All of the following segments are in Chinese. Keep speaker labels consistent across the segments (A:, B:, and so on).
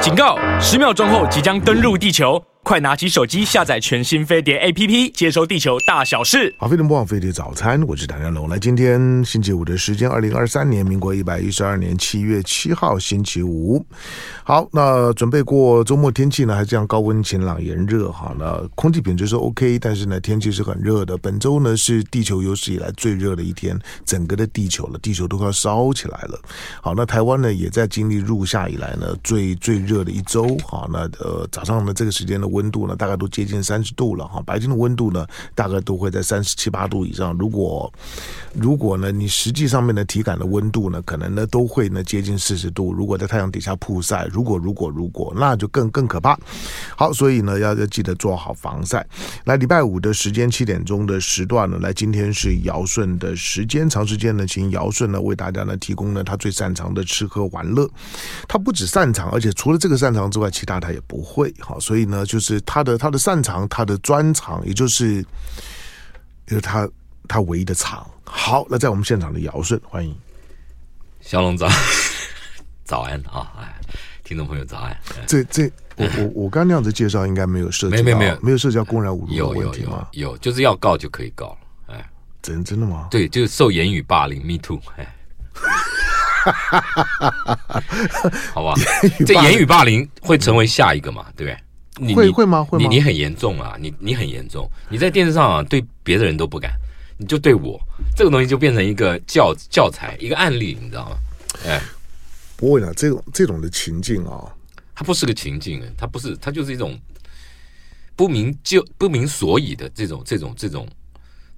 A: 警告！十秒钟后即将登陆地球，快拿起手机下载全新飞碟 APP，接收地球大小事。
B: 好，非常不枉费的早餐，我是谭家龙。来，今天星期五的时间，二零二三年民国一百一十二年七月七号星期五。好，那准备过周末天气呢，还是这样高温晴朗炎热哈。那空气品质是 OK，但是呢，天气是很热的。本周呢是地球有史以来最热的一天，整个的地球了，地球都快要烧起来了。好，那台湾呢也在经历入夏以来呢最最热的一周哈。那呃早上呢这个时间的温度呢大概都接近三十度了哈，白天的温度呢大概都会在三十七八度以上。如果如果呢你实际上面的体感的温度呢，可能呢都会呢接近四十度。如果在太阳底下曝晒，如果如果如果，那就更更可怕。好，所以呢要要记得做好防晒。来礼拜五的时间七点钟的时段呢，来今天是尧舜的时间，长时间呢请尧舜呢为大家呢提供呢他最擅长的吃喝玩乐。他不只擅长，而且除了这个擅长之外，其他他也不会。好，所以呢就是他的他的擅长，他的专长，也就是就是他他唯一的长。好，那在我们现场的尧舜，欢迎。
C: 小龙早， 早安啊！哎，听众朋友早安。
B: 这这，我我我刚那样子介绍，应该没有涉及到，
C: 哎没有没有没有
B: 没有涉及到公然侮辱
C: 有
B: 的问
C: 有
B: 题
C: 有
B: 吗？
C: 有，就是要告就可以告了。哎，
B: 真真的吗？
C: 对，就是受言语霸凌，me too。哎， 好吧，这言语霸凌会成为下一个嘛？对不对？你
B: 会
C: 你
B: 会吗会吗
C: 你你很严重啊！你你很严重，你在电视上啊，对别的人都不敢，你就对我这个东西就变成一个教教材，一个案例，你知道吗？哎，
B: 不会呢，这种这种的情境啊、
C: 它不是个情境，它不是，它就是一种不明就不明所以的这种这种这种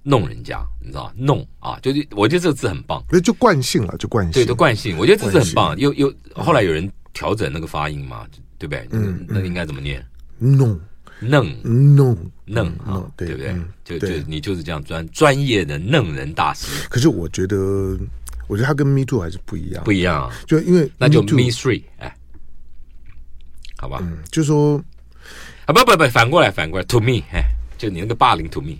C: 弄人家，你知道吗？弄啊，就是我觉得这个字很棒，
B: 那就惯性了，就惯性。
C: 对的惯性，我觉得这字很棒。又又后来有人调整那个发音嘛，对不对？嗯，那应该怎么念？
B: 弄
C: 弄
B: 弄。
C: 弄啊
B: 弄，对
C: 对不对
B: 嗯？
C: 就
B: 对
C: 就你就是这样专专业的弄人大师，
B: 可是我觉得，我觉得他跟 Me Too 还是不一样。
C: 不一样啊，
B: 就因为
C: 那就
B: 嗯 Me Too，
C: me three 哎，好吧，
B: 嗯就说
C: 啊不不不，反过来反过来 to me 哎，就你那个霸凌 to me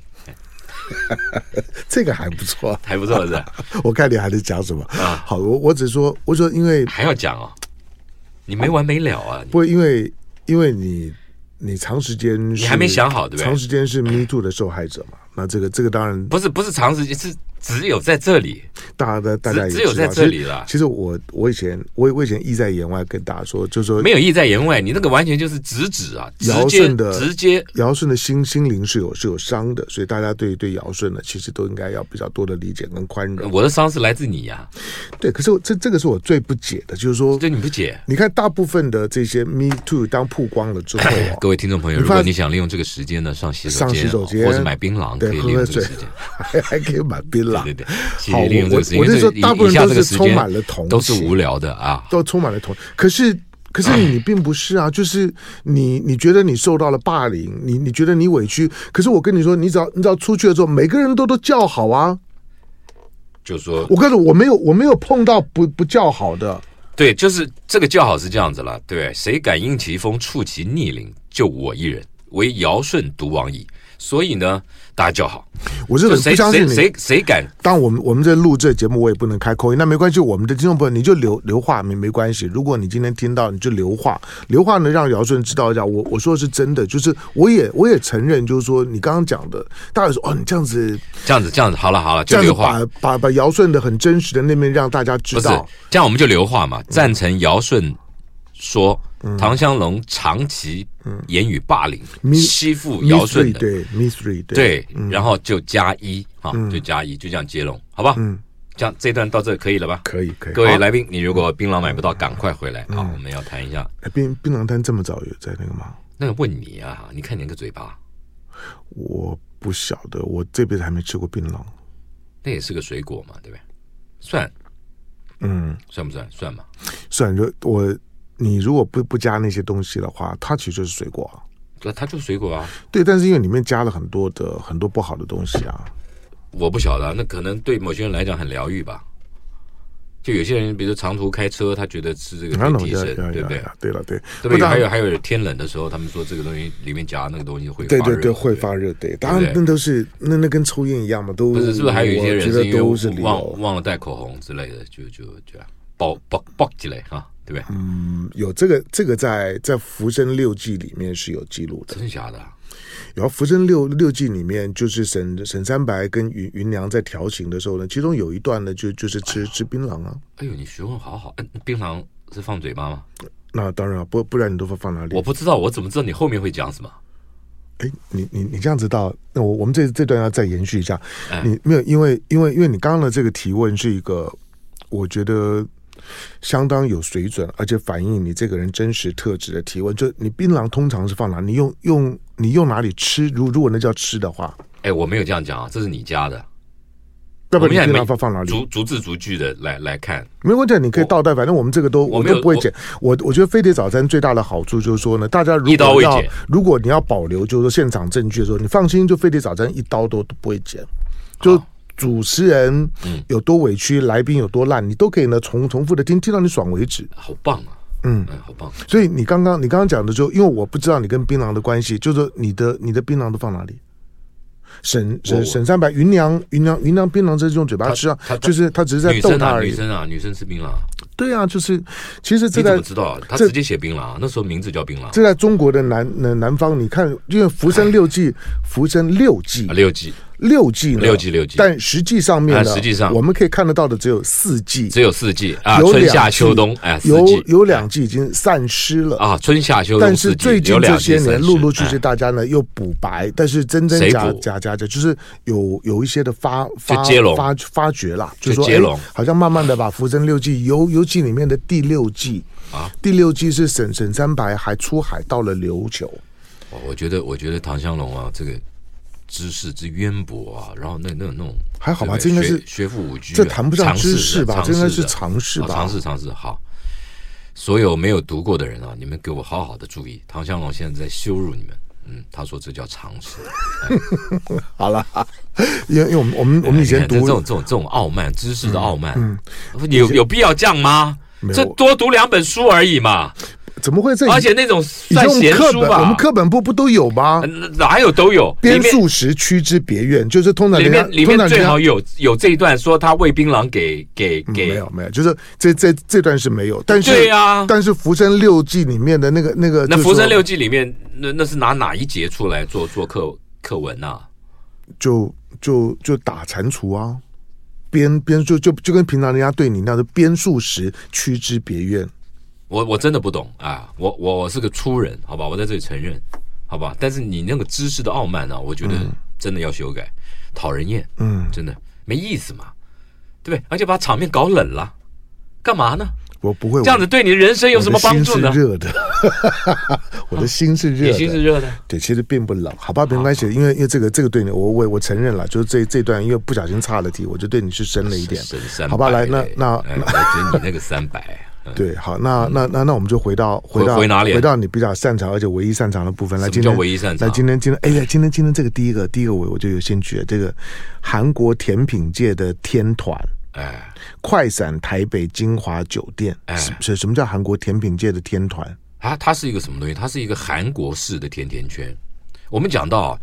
B: 这个还不错。
C: 还不错是吧？
B: 我看你还在讲什么？
C: 啊
B: 好，我我只说，我说因为
C: 还要讲哦，你没完没了啊！
B: 不会，因为因为你你长时间是
C: 你还没想好对不对
B: 长时间是 Me Too 的受害者 嘛？那这个这个当然
C: 不是不是长时间，是只有在这里，
B: 大家的大家也
C: 只有
B: 知道
C: 在这里啦
B: 其实其实我我以前我我以前意在言外跟大家说，就说
C: 没有意在言外。你那个完全就是直指啊，直
B: 尧
C: 接
B: 舜的
C: 直接
B: 尧舜的心心灵是有是有伤的，所以大家对对尧舜呢，其实都应该要比较多的理解跟宽容。
C: 我的伤是来自你呀、
B: 对，可是我这这个是我最不解的，就是说，
C: 这你不解。
B: 你看大部分的这些 Me Too 当曝光了之后哦，
C: 各位听众朋友，
B: 你
C: 如
B: 发
C: 果你想利用这个时间呢，上洗手
B: 上
C: 间，
B: 洗手间
C: 或者买槟榔，
B: 对
C: 可以
B: 喝
C: 利
B: 喝
C: 用这个
B: 水
C: 时间。
B: 还还可以买槟榔，
C: 对对对，其
B: 好，
C: 实利用这
B: 我
C: 个时间，
B: 我
C: 因
B: 那
C: 为
B: 时候
C: 这
B: 大部分
C: 以下
B: 人
C: 这
B: 都
C: 个
B: 是
C: 时
B: 充满
C: 间
B: 了同情，
C: 都是无聊的啊。
B: 都充满了同。可是，可是你并不是啊，就是你，你觉得你受到了霸凌，你你觉得你委屈。可是我跟你说，你只要你只要出去了之后，每个人都都叫好啊。
C: 就说
B: 我告诉你，我没有我没有碰到不不叫好的。
C: 对，就是这个叫好是这样子了，对，谁敢应其风，触其逆鳞，就我一人，唯尧舜独王矣。所以呢，大家叫好，
B: 我是
C: 就
B: 很不
C: 谁
B: 相信
C: 谁
B: 你。
C: 谁谁敢
B: 当我们我们在录这节目，我也不能开口音，那没关系，我们的听众朋友你就留留话没没关系。如果你今天听到，你就留话，留话呢让尧舜知道一下，我我说的是真的，就是我也我也承认，就是说你刚刚讲的，大家说哦你这样子
C: 这样子，这样子，好了好了，
B: 这
C: 就
B: 样子
C: 留话
B: 把，把把尧舜的很真实的那面让大家
C: 不
B: 知
C: 是
B: 道。
C: 这样，我们就留话
B: 嗯
C: 嘛。赞成尧舜说，唐湘龙长期
B: 嗯
C: 言语霸凌、
B: Me-
C: 欺负
B: Me
C: 尧舜
B: three
C: 的，
B: 对，Me 嗯 three 对，
C: 对，然后就加一啊，
B: 嗯
C: 就加一，就这样接龙，好吧？这样这段到这可以了吧？
B: 可以可以。
C: 各
B: 好嗯
C: 位，来宾，你如果槟榔买不到，赶快回来啊！我们要谈一下
B: 哎槟槟榔摊这么早有在那个吗？
C: 那个问你啊，你看你那个嘴巴，
B: 我不晓得，我这辈子还没吃过槟榔。
C: 那也是个水果嘛，对不对？算
B: 嗯，
C: 算不算？算嘛。
B: 虽然说我你如果不不加那些东西的话，它其实就是水果啊。
C: 那它就是水果啊，
B: 对，但是因为里面加了很多的很多不好的东西啊。
C: 我不晓得啊，那可能对某些人来讲很疗愈吧。就有些人，比如说长途开车，他觉得吃这个
B: 然
C: 可
B: 后
C: 以提
B: 呀
C: 神，
B: 呀
C: 对不对？
B: 哎呀，对了对，
C: 对不对？
B: 当
C: 还有还有天冷的时候，他们说这个东西里面夹那个东西会
B: 对
C: 发
B: 对
C: 热
B: 对，会。发热，对，当
C: 对
B: 然那都是那那跟抽烟一样嘛，都
C: 不是，是不是还有一些人
B: 我
C: 是
B: 觉得
C: 因为
B: 都是理由
C: 忘忘了带口红之类的，就就就爆爆爆起来哈？对不对？
B: 嗯，有这个这个在在《浮生六记》里面是有记录的。
C: 真的假的啊？
B: 然后《浮生六六记》里面就是沈沈三白跟芸芸娘在调情的时候呢，其中有一段呢就就是吃吃槟榔啊。
C: 哎呦，你学问好好。嗯，槟榔是放嘴巴吗？
B: 那当然啊，不不然你都放放哪里
C: 我？不知道，我怎么知道你后面会讲什么？
B: 哎，你你你这样子到，那我我们这这段要再延续一下。
C: 哎
B: 你没有，因为因为因为你刚刚的这个提问是一个，我觉得相当有水准，而且反映你这个人真实特质的提问。就你槟榔通常是放哪？你用用你用哪里吃？如如果那叫吃的话，
C: 哎，我没有这样讲啊，这是你家的，
B: 要不
C: 我
B: 然
C: 们
B: 你
C: 也
B: 槟
C: 没
B: 榔放放哪里？
C: 逐逐字逐句的来来看。
B: 没问题，你可以
C: 我
B: 倒带，反正我们这个都
C: 我
B: 我
C: 没有
B: 都不会剪。我我觉得飞碟早餐最大的好处就是说呢，大家如
C: 一刀
B: 果
C: 未
B: 要
C: 剪
B: 如果你要保留，就是说现场证据的时候，你放心，就飞碟早餐一刀都都不会剪，就
C: 好。
B: 主持人
C: 嗯
B: 有多委屈，来宾有多烂，你都可以呢重重复的听，听到你爽为止。
C: 好棒啊！
B: 嗯，
C: 嗯，好棒。
B: 所以你刚刚你刚刚讲的就，因为我不知道你跟槟榔的关系，就是说你的你的槟榔都放哪里？沈
C: 我
B: 沈沈三白，芸娘芸娘芸娘槟榔这是用嘴巴吃啊
C: 他他，他
B: 就是他只是在
C: 女
B: 逗
C: 生
B: 他
C: 啊，
B: 而
C: 女
B: 已。
C: 生啊，女生吃槟榔啊，
B: 对啊，就是其实这
C: 你怎
B: 在
C: 么知道？他
B: 这
C: 直接写槟榔啊，那时候名字叫槟榔。
B: 这在中国的南南南方，你看，因为《浮生六记》，《浮生六记
C: 哎啊，》六季
B: 六季呢，
C: 六季六季
B: 但实际上面呢，
C: 啊实际上
B: 我们可以看得到的只有四季，
C: 只有四季啊，
B: 有两
C: 春
B: 季
C: 夏秋冬，哎，四
B: 有
C: 季
B: 有两季已经散失了。
C: 啊，春夏秋冬
B: 但
C: 四
B: 是
C: 季
B: 最近
C: 有两
B: 这
C: 季
B: 些年，
C: 三
B: 陆
C: 十
B: 陆续续
C: 哎
B: 大家呢又补白，但是真真
C: 谁
B: 假
C: 补
B: 假假假，就是有有一些的发发
C: 就接龙
B: 发发掘啦，
C: 就
B: 就是说
C: 接
B: 哎
C: 龙
B: 好像慢慢的把《浮生六记》尤尤其里面的第六季
C: 啊，
B: 第六季是沈沈三白还出海到了琉球，
C: 哦我我觉得，我觉得唐香龙啊，这个知识之渊博啊，然后那那那种
B: 还好吧这
C: 对不对
B: 应该是
C: 学学富五车，
B: 这谈不上
C: 尝试
B: 知识吧
C: 啊的尝试
B: 这应该是
C: 的
B: 尝试吧
C: 啊尝试尝试好。所有没有读过的人啊，你们给我好好的注意，唐香龙现在在羞辱你们。嗯，他说这叫常识。
B: 好了，因为因为我们我们我们以前
C: 哎你
B: 读嗯
C: 看这这种这种这种傲慢，知识的傲慢，有有必要这样吗
B: 没？有
C: 这多读两本书而已嘛，
B: 怎么会这？
C: 而且那种
B: 以前
C: 算
B: 我们
C: 闲
B: 课
C: 书
B: 本我
C: 吧
B: 们，课本部不都有吗
C: 呃？哪有都有，里
B: 边
C: 面
B: 数十，屈之别院，就是通常
C: 里
B: 人家
C: 面里
B: 通
C: 面
B: 常人
C: 最
B: 家
C: 好有有这一段说他喂槟榔给给
B: 嗯
C: 给
B: 没，有没有，就是这这这段是没有，但是
C: 对呀
B: 但是《浮生六记》里面的那个那个，就
C: 那《
B: 是
C: 浮生
B: 说
C: 六记》里面那那是拿哪一节出来做做课课文呐、啊？
B: 就就就打蟾蜍啊，边边就就就跟平常人家对你那样的边数十，屈之别院。
C: 我我真的不懂啊，我我我是个粗人，好吧，我在这里承认，好吧。但是你那个知识的傲慢呢、啊我觉得真的要修改，讨人厌，
B: 嗯，
C: 真的没意思嘛，对不对？而且把场面搞冷了，干嘛呢？
B: 我不会
C: 这样子对你人生有
B: 我
C: 什
B: 的
C: 么帮助呢
B: 心是？热的， 我的心是热的，
C: 你心是热的，
B: 对，其实并不冷，好吧，没关系，因为因为这个这个对你，我我我承认了，就是这这段因为不小心岔了题，我就对你是深了一点，
C: 神三百
B: 好吧，来，那
C: 嘞
B: 那
C: 哎我觉得你那个三百， 嗯
B: 对，好，那那那那我们就回到回到
C: 回哪里啊
B: 回到你比较擅长而且唯一擅长的部分来。
C: 什么
B: 今
C: 叫
B: 天
C: 唯一擅长
B: 来，今天今天，哎呀，今天今天这个第一个第一个我我就有兴趣了，这个韩国甜品界的天团。
C: 哎，
B: 快闪台北金华酒店，
C: 哎
B: 是是什么叫韩国甜品界的天团？
C: 啊它它是一个什么东西？它是一个韩国式的甜甜圈。我们讲到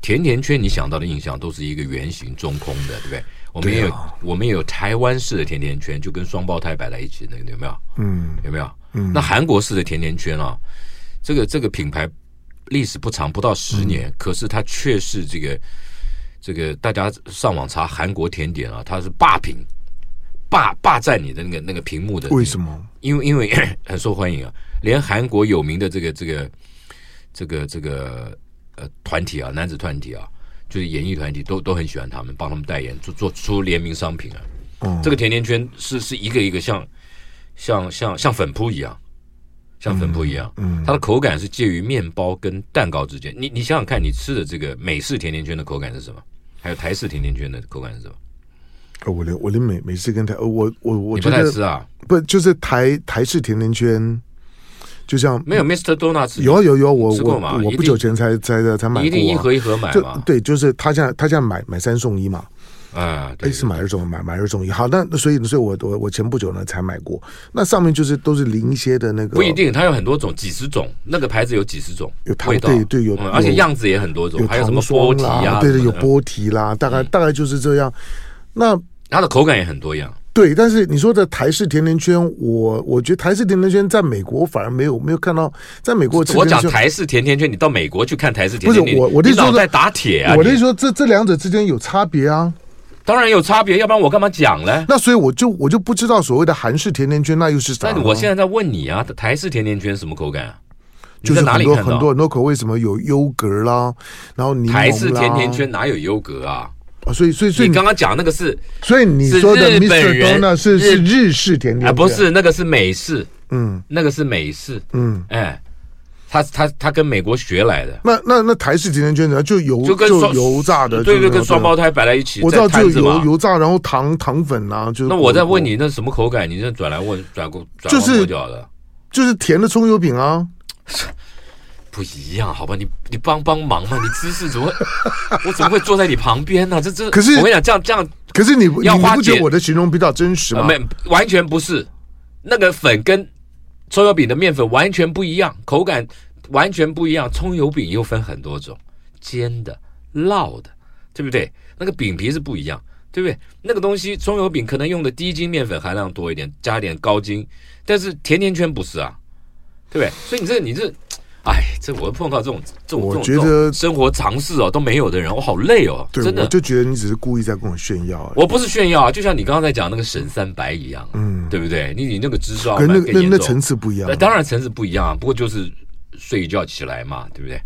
C: 甜甜圈，你想到的印象都是一个圆形中空的，对不对？我们也有、
B: 对啊
C: 我们也有台湾式的甜甜圈，就跟双胞胎摆在一起那个有没有？
B: 嗯，
C: 有没有？嗯，那韩国式的甜甜圈啊，这个这个品牌历史不长，不到十
B: 嗯
C: 年，可是它却是这个这个大家上网查韩国甜点啊，它是霸屏霸霸占你的那个那个屏幕的
B: 为什么？
C: 因为因为 很受欢迎啊，连韩国有名的这个这个这个这个呃团体啊，男子团体啊，就是演艺团体都都很喜欢他们，帮他们代言，做做出联名商品啊。
B: 嗯
C: 这个甜甜圈是是一个一个像像像像粉扑一样，像粉扑一样，
B: 嗯
C: 它的口感是介于面包跟蛋糕之间。你你想想看，你吃的这个美式甜甜圈的口感是什么？还有台式甜甜圈的口感是什么？
B: 呃我连我连美美式跟台，呃我我我
C: 你
B: 觉
C: 不太
B: 得
C: 吃啊？
B: 不就是台台式甜甜圈，就像
C: 没有，Mr. Donuts
B: 有啊有有我
C: 吃过
B: 我
C: 嘛
B: 我
C: 一
B: 不
C: 定
B: 久前才才才才买过、啊，
C: 一定一盒一盒买
B: 就
C: 嘛？
B: 对，就是他现在他现在买买三送一嘛，
C: 啊，对
B: 哎是买二送买买二送一，好那那所以所以我我我前不久呢才买过，那上面就是都是淋一些的那个
C: 不一定，它有很多种，几十种，那个牌子有几十种
B: 啊有糖
C: 味道，
B: 对对有
C: 嗯而且
B: 有
C: 样子也很多种
B: 有，
C: 还有什
B: 糖
C: 么
B: 霜
C: 波提
B: 啦，
C: 啊，
B: 对对
C: 什
B: 有
C: 么的，
B: 波提啦，大概大概就是这样，那
C: 它的口感也很多样，
B: 对，但是你说的台式甜甜圈，我我觉得台式甜甜圈在美国反而没有没有看到，在美国吃
C: 我
B: 甜
C: 讲
B: 甜圈
C: 台式甜甜圈，你到美国去看台式甜甜
B: 不是
C: 圈，你
B: 我我的意
C: 你
B: 思说
C: 脑
B: 的
C: 袋打铁啊！
B: 我的意
C: 你
B: 思说，这这两者之间有差别啊。
C: 当然有差别，要不然我干嘛讲呢？
B: 那所以我就我就不知道所谓的韩式甜甜圈那又是啥
C: 但
B: 呢？
C: 我现在在问你啊，台式甜甜圈什么口感啊？你
B: 就是
C: 在哪
B: 很
C: 里
B: 多
C: 看
B: 很
C: 到
B: 多？很多口味，什么有优格啦，然后柠檬啦
C: 台式甜甜圈哪有优格啊？
B: 哦所以所以所以
C: 你刚刚讲那个是
B: 所以你
C: 是
B: 说的
C: 日
B: Mr.
C: 本人
B: Donut 是是
C: 日
B: 日式甜
C: 啊，
B: 甜圈，
C: 不？是那个是美式，
B: 嗯
C: 那个是美式，
B: 嗯，
C: 哎，他他他跟美国学来的，
B: 那那那台式甜甜圈呢？就油
C: 就跟双
B: 油炸的，
C: 对
B: 就
C: 对，
B: 是
C: 跟双胞胎摆在一起，
B: 我知道
C: 在
B: 就
C: 摊子
B: 有
C: 嘛
B: 油油炸，然后糖糖粉啊，就
C: 那我再问，你，那什么口感？你这转来问转过转
B: 就
C: 弯
B: 是
C: 抹角的，
B: 就是甜的葱油饼啊，
C: 不一样，好吧？你你帮帮忙嘛，你姿势怎么会？我怎么会 坐在你旁边呢？这这，
B: 可是
C: 我跟你讲，这样这样
B: 可是你不你
C: 要花
B: 不觉得
C: 姐
B: 我的形容比较真实
C: 呃
B: 吗？
C: 没完全不是，那个粉跟葱油饼的面粉完全不一样，口感完全不一样。葱油饼又分很多种，煎的、烙的，对不对？那个饼皮是不一样，对不对？那个东西葱油饼可能用的低筋面粉含量多一点，加点高筋，但是甜甜圈不是啊，对不对？所以你这你这。哎，这我碰到这种这种
B: 我
C: 这种
B: 觉得
C: 这种生活常识哦都没有的人，我好累哦，
B: 对，
C: 真的
B: 我。就觉得你只是故意在跟我炫耀而已。
C: 我不是炫耀啊，就像你刚刚在讲那个沈三白一样，
B: 嗯
C: 嗯，对不对？你你那个知识啊，
B: 可
C: 蛮
B: 那
C: 更
B: 那
C: 严
B: 那
C: 重
B: 层次不一样
C: 呃， 当然层次不一样啊，不过就是睡一觉起来嘛，对不对？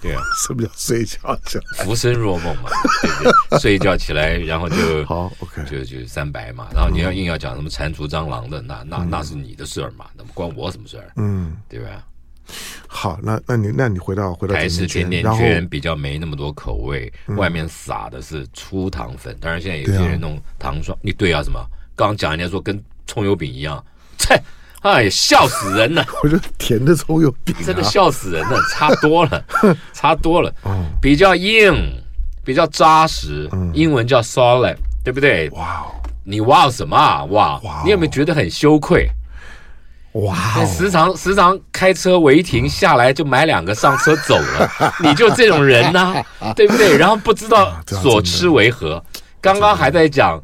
C: 对啊，
B: 什么叫睡觉觉？
C: 浮生若梦嘛， 对不对？睡一觉起来，然后就
B: 好，OK，嗯
C: 就就三白嘛，然后你要硬要讲什么蟾蜍蟑螂的，那那那是你的事儿嘛，那么关我什么事儿？
B: 嗯，
C: 对吧？
B: 好，那那你那你回到回到
C: 台式
B: 甜
C: 甜甜
B: 然后嗯
C: 圈比较没那么多口味，外面撒的是粗糖粉。当然，现在
B: 啊
C: 有些人弄糖霜，你对啊什么？刚刚讲人家说跟葱油饼一样，切，哎呀，笑死人了，
B: 我觉得甜的葱油饼啊，
C: 真的笑死人了，差 多了，差多了，
B: 哦
C: 比较硬，比较扎实，英文叫 solid，对不对？
B: 嗯哇哦
C: 你哇什么啊哇
B: 哇哦？
C: 你有没有觉得很羞愧？
B: 哇
C: 但
B: 哦，
C: 时常时常开车违停下来就买两个上车走 了，你就这种人呐、对不对？然后不知道
B: 啊这样
C: 所吃为何，刚刚还在讲，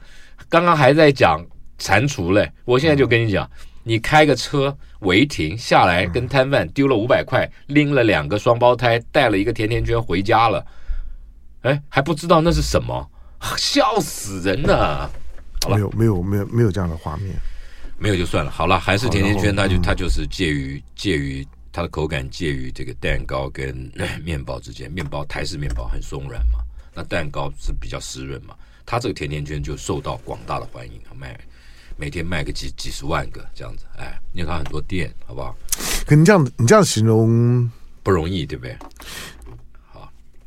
C: 刚刚还在讲蟾蜍嘞，我现在就跟你讲，你开个车违停下来跟摊贩丢了五百块，拎了两个双胞胎，带了一个甜甜圈回家了，哎，还不知道那是什么， 笑死人了。好了
B: 没有没有没有没有这样的画面，
C: 没有就算了。好了，还是甜甜
B: 好
C: 圈，
B: 然
C: 它
B: 后嗯
C: 就它就是介于介于它的口感介于这个蛋糕跟 面包之间。面包台式面包很松软嘛，那蛋糕是比较湿润嘛。它这个甜甜圈就受到广大的欢迎，啊卖每天卖个几几十万个这样子，哎，因为它很多店，好不好？
B: 可你这样你这样形容，
C: 不容易，对不对？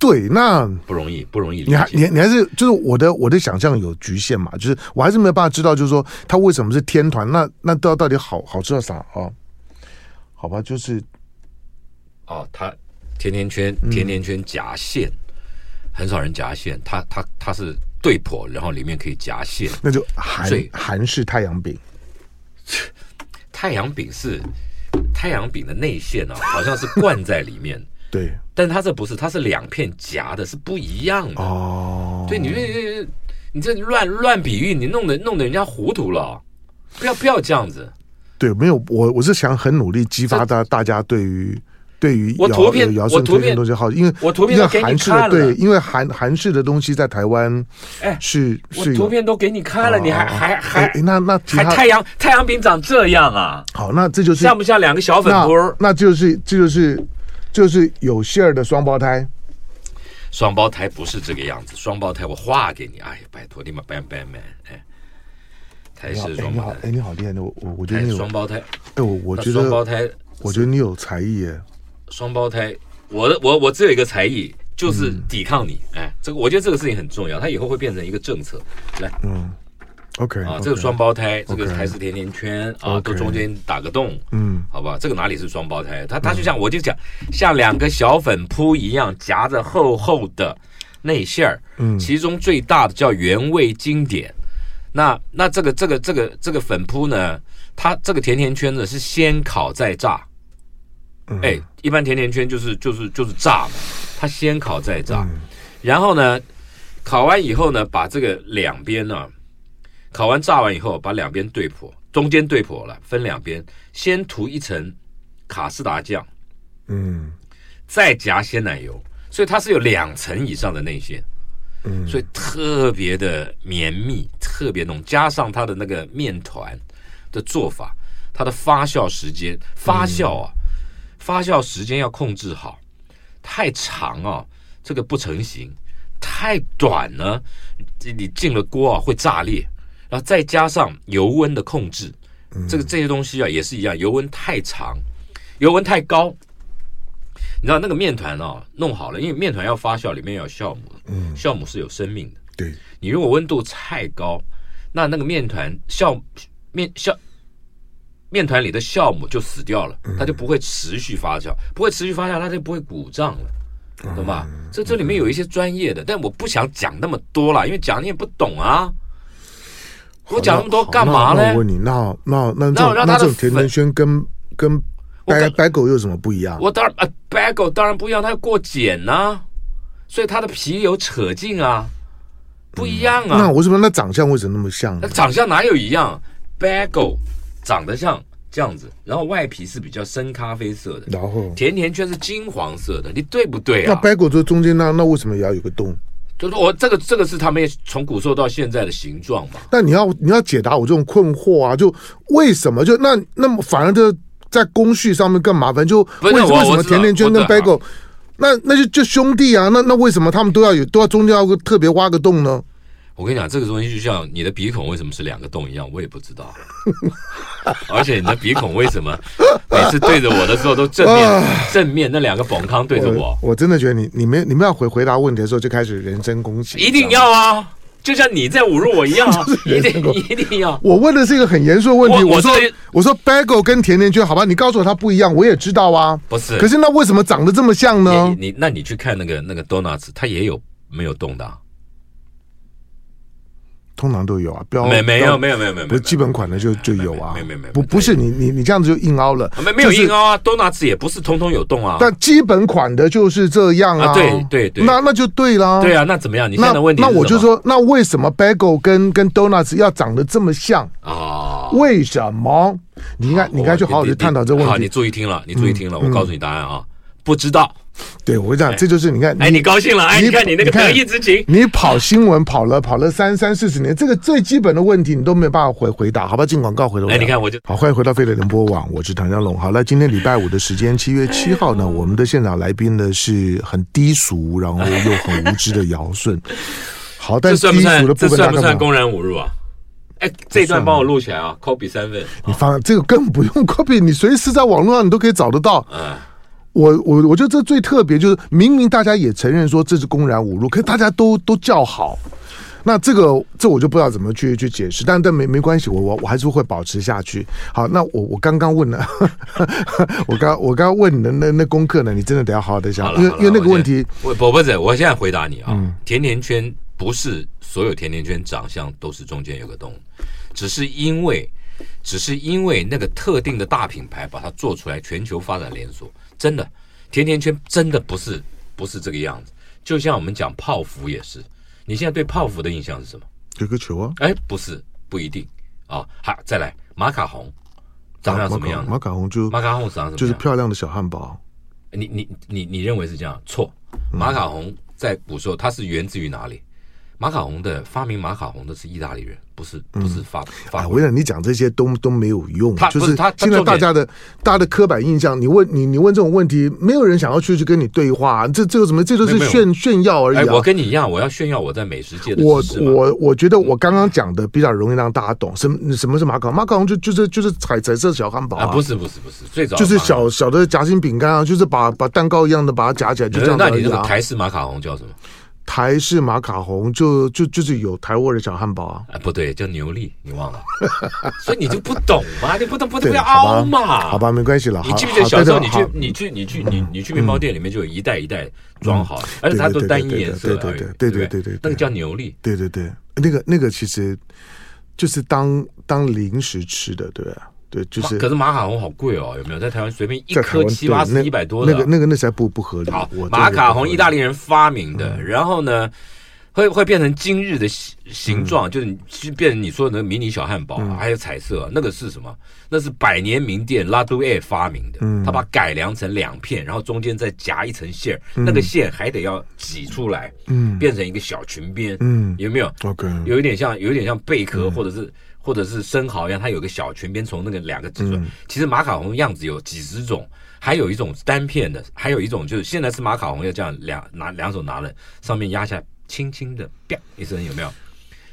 B: 对，那
C: 不容易，不容易理
B: 你还
C: 解。
B: 你你还是就是我的我的想象有局限嘛，就是我还是没有办法知道，就是说它为什么是天团，那那到到底好好吃到啥啊？好吧，就是
C: 哦，它甜甜圈甜甜圈夹馅，很少人夹馅，它它它是对破，然后里面可以夹馅。
B: 那就韩
C: 所以
B: 韩式太阳饼，
C: 太阳饼是太阳饼的内馅啊，好像是灌在里面，
B: 对
C: 但它这不是，它是两片夹的，是不一样的。
B: 哦，
C: 对，你这你这乱乱比喻，你弄得弄得人家糊涂了，不要不要这样子。
B: 对，没有我我是想很努力激发大大家对于对于
C: 我
B: 姚
C: 图片
B: 呃姚
C: 我
B: 顺
C: 图
B: 推荐
C: 片
B: 东西好，因为
C: 我图片
B: 因为
C: 都给你
B: 韩式的
C: 看了
B: 对，因为韩韩式的东西在台湾
C: 哎
B: 是
C: 我
B: 是有
C: 图片都给你看了，你还
B: 哦
C: 还
B: 哎哎
C: 还
B: 那那其
C: 还
B: 他
C: 太阳太阳饼长这样啊？
B: 好，那这就是
C: 像不像两个小粉
B: 那
C: 波儿？
B: 那就是这就是就是有馅儿的双胞胎，
C: 双胞胎不是这个样子，双胞胎我画给你，哎呀，拜托你们拜拜们，哎，台
B: 你好
C: 式
B: 哎
C: 双
B: 你
C: 胞
B: 好
C: 胎，
B: 哎你好厉害，我我我觉得
C: 台
B: 你
C: 式
B: 有
C: 双胞胎，
B: 哎我我
C: 那
B: 觉
C: 双胞
B: 得
C: 胎
B: 我觉得你有才艺耶，
C: 双胞胎，我的我我只有一个才艺，就是
B: 嗯
C: 抵抗你。哎，这个我觉得这个事情很重要，它以后会变成一个政策。来
B: OK
C: 啊
B: OK，
C: 这个双胞胎，这个
B: OK
C: 台式甜甜圈啊，
B: OK
C: 都中间打个洞，
B: 嗯
C: 好吧？这个哪里是双胞胎？它它就像我就讲，像两个小粉扑一样夹着厚厚的内馅儿，
B: 嗯
C: 其中最大的叫原味经典。那那这个这个这个这个粉扑呢，它这个甜甜圈呢是先烤再炸，
B: 嗯
C: 哎，一般甜甜圈就是就是就是炸嘛，它先
B: 嗯
C: 烤啊再炸，然后呢，烤完以后呢，把这个两边呢、烤完炸完以后，把两边对破，中间对破了，分两边，先涂一层卡士达酱，
B: 嗯，
C: 再夹鲜奶油，所以它是有两层以上的内馅，
B: 嗯
C: 所以特别的绵密，特别浓，加上它的那个面团的做法，它的发酵时间，发酵啊，发酵时间要控制好，太长啊，这个不成型；太短呢，这你进了锅啊会炸裂。然后再加上油温的控制，这个这些东西啊也是一样，油温太长，油温太高，你知道那个面团哦，弄好了，因为面团要发酵，里面要有酵母，嗯，酵母是有生命的。
B: 对，
C: 你如果温度太高，那那个面团酵面酵面团里的酵母就死掉了，
B: 嗯
C: 它就不会持续发酵，不会持续发酵，它就不会鼓胀
B: 嗯
C: 了，懂吧？这这里面有一些专业的，但我不想讲那么多啦，因为讲你也不懂啊。我讲那么多
B: 好
C: 干嘛
B: 那
C: 呢
B: 那我？问你，那那那这
C: 那我
B: 种
C: 让
B: 那
C: 他
B: 这
C: 的
B: 种甜甜圈跟跟
C: 我
B: 白
C: 感
B: 白狗有什么不一样？
C: 我当然啊，bagel 当然不一样，它要过碱呐、所以它的皮有扯进啊，不一样
B: 嗯
C: 啊。
B: 那为什么那长相为什么那么像
C: 那
B: 呢？
C: 长相哪有一样？bagel 长得像这样子，然后外皮是比较深咖啡色的，
B: 然后
C: 甜甜圈是金黄色的，你对不对
B: 那
C: 啊？
B: 白狗这中间那那为什么也要有个洞？
C: 就是我这个这个是他们从古时候到现在的形状嘛。
B: 但你要你要解答我这种困惑啊！就为什么就那那么反而就在工序上面更麻烦？就
C: 不
B: 为
C: 是
B: 为
C: 我
B: 什
C: 我
B: 么
C: 知道
B: 甜甜圈
C: 我
B: 跟
C: 知道
B: bagel，那那就就兄弟啊？那那为什么他们都要有都要中间要特别挖个洞呢？
C: 我跟你讲，这个东西就像你的鼻孔为什么是两个洞一样，我也不知道。 而且你的鼻孔为什么每次对着我的时候都正面正面那两个崩康对着我，
B: 我真的觉得你你们你们要回回答问题的时候就开始人身攻击，
C: 一定。要啊，就像你在侮辱我一样 啊，一定一定要。
B: 我问的是一个很严肃的问题，
C: 我
B: 我
C: 我
B: 说
C: 这里
B: 我说 bagel 跟甜甜圈，好吧，你告诉我它不一样，我也知道啊。
C: 不是
B: 可是那为什么长得这么像呢？
C: 你你那你去看那个那个 donuts，它也有没有动的、啊？
B: 通常都有啊，标
C: 没没
B: 标
C: 有没有没有没有，
B: 不是基本款的就就有啊，
C: 没没没没
B: 不
C: 没
B: 不是你你你这样子就硬凹了，
C: 没没有
B: 就是
C: 硬凹啊，donuts 也不是通通有动啊。
B: 但基本款的就是这样啊，
C: 啊对对对
B: 那那就对啦，
C: 对啊，那怎么样？你现
B: 那
C: 在的问题
B: 那
C: 是
B: 我就
C: 什么
B: 说，那为什么 bagel 跟跟 donuts 要长得这么像？
C: 啊，
B: 为什么？你应该你应该去好好去
C: 你
B: 探讨这个
C: 好，
B: 问
C: 你
B: 题。嗯
C: 注意听了，你注意听了，我告诉你答案啊，不知道。
B: 对，我讲这就是你看，
C: 哎，你高兴了？哎，
B: 你
C: 你看你那
B: 你
C: 个
B: 看
C: 德意之情，
B: 你跑新闻跑了跑了三三四十年，这个最基本的问题你都没有办法回回答，好吧？进广告回头。
C: 哎，你看我就
B: 好，欢迎回到飞碟联播网，我是唐江龙。好了，今天礼拜五的时间，七月七号呢，我们的现场来宾呢是很低俗，然后又很无知的尧舜。好，但
C: 这
B: 是
C: 算
B: 低
C: 不
B: 俗的部
C: 算？这
B: 分
C: 算
B: 大
C: 不算
B: 干嘛？
C: 公然侮辱啊？哎，这一段帮我录起来啊，copy 三份。
B: 你放这个更不用 copy，你随时在网络上你都可以找得到。
C: 嗯，
B: 我我我觉得这最特别就是，明明大家也承认说这是公然侮辱，可是大家都都叫好。那这个这我就不知道怎么去去解释，但但没没关系，我我我还是会保持下去。好，那我我刚刚问了， 我刚我刚刚问你的那那功课呢，你真的得要好好的
C: 好
B: 想，
C: 了，
B: 因为
C: 好了
B: 因为那个
C: 我
B: 问
C: 现
B: 题，嗯
C: 我不不是，我现在回答你啊，甜甜圈不是所有甜甜圈长相都是中间有个洞，只是因为只是因为那个特定的大品牌把它做出来，全球发展连锁，真的甜甜圈真的不是不是这个样子。就像我们讲泡芙也是，你现在对泡芙的印象是什么？
B: 有个球啊，
C: 哎，不是，不一定啊。好，再来马卡红长相什么样
B: 马
C: 子？
B: 卡红就
C: 马卡红长相什么样？
B: 就是漂亮的小汉堡，
C: 你你你你认为是这样？错，马卡龙在古时候它是源自于哪里？马卡龙的发明马卡龙的是意大利人，不是不是法
B: 啊，
C: 法
B: 我
C: 国人。
B: 想你讲这些都都没有用
C: 他，
B: 就
C: 不是他他
B: 现在
C: 重点
B: 大家的大家的刻板印象，你问你你问这种问题，没有人想要去去跟你对话，这这有什么？这都是
C: 没有没有
B: 炫炫耀而已
C: 哎，
B: 啊
C: 我。跟你一样，我要炫耀我在美食界的
B: 我
C: 知识嘛。
B: 我我觉
C: 嗯
B: 得我刚刚讲的比较容易让大家懂，什么什么是马卡龙？马卡龙就就是就是彩彩色小汉堡
C: 啊，
B: 啊，
C: 不是不是不是，最早
B: 就是
C: 马卡龙
B: 小小的夹心饼干啊，就是把把蛋糕一样的把它夹起来，就这样子
C: 呃那
B: 而
C: 你
B: 已
C: 这个
B: 啊。
C: 台式马卡龙叫什么？
B: 台式马卡龙就就就是有台味的小汉堡啊。
C: 哎，不对，叫牛力，你忘了？所以你就不懂嘛，你不懂不
B: 对
C: 不要
B: 好吧
C: 凹嘛，
B: 好吧，没关系了。
C: 你
B: 好
C: 记不记得
B: 好
C: 小时候
B: 对对
C: 你去
B: 好嗯
C: 你去你去你你去面包店里面就有一袋一袋装好，而且它都单一颜色而已，
B: 对对对对对对对对
C: 不
B: 对对对
C: 那个叫牛力，
B: 对对对，那个那个其实就是当当零食吃的，对吧？对，就是
C: 可是马卡龙好贵哦，有没有？在台湾随便一
B: 在台
C: 颗
B: 湾
C: 七八
B: 对
C: 十、
B: 那
C: 一百多
B: 那
C: 的。
B: 个那个那才不不合理。嗯
C: 好
B: 我，
C: 马卡龙意大
B: 利
C: 利人发明的，然后呢，会会变成今日的形
B: 嗯
C: 形状，就是你其实变成你说的那个迷你小汉堡、还有彩色、那个是什么？那是百年名店拉都埃发明的，
B: 嗯
C: 他把它改良成两片，然后中间再夹一层馅儿，那个馅还得要挤出来，
B: 嗯
C: 变成一个小裙边，
B: 嗯
C: 有没有？
B: ，OK，
C: 有一点像，有一点像贝壳或者是或者是生蚝一样，它有个小裙边从那个两个指
B: 嗯
C: 出来。其实马卡龙样子有几十种，还有一种是单片的，还有一种就是现在吃马卡龙要这样两拿两手拿了，上面压下，轻轻的啪一声，有没有？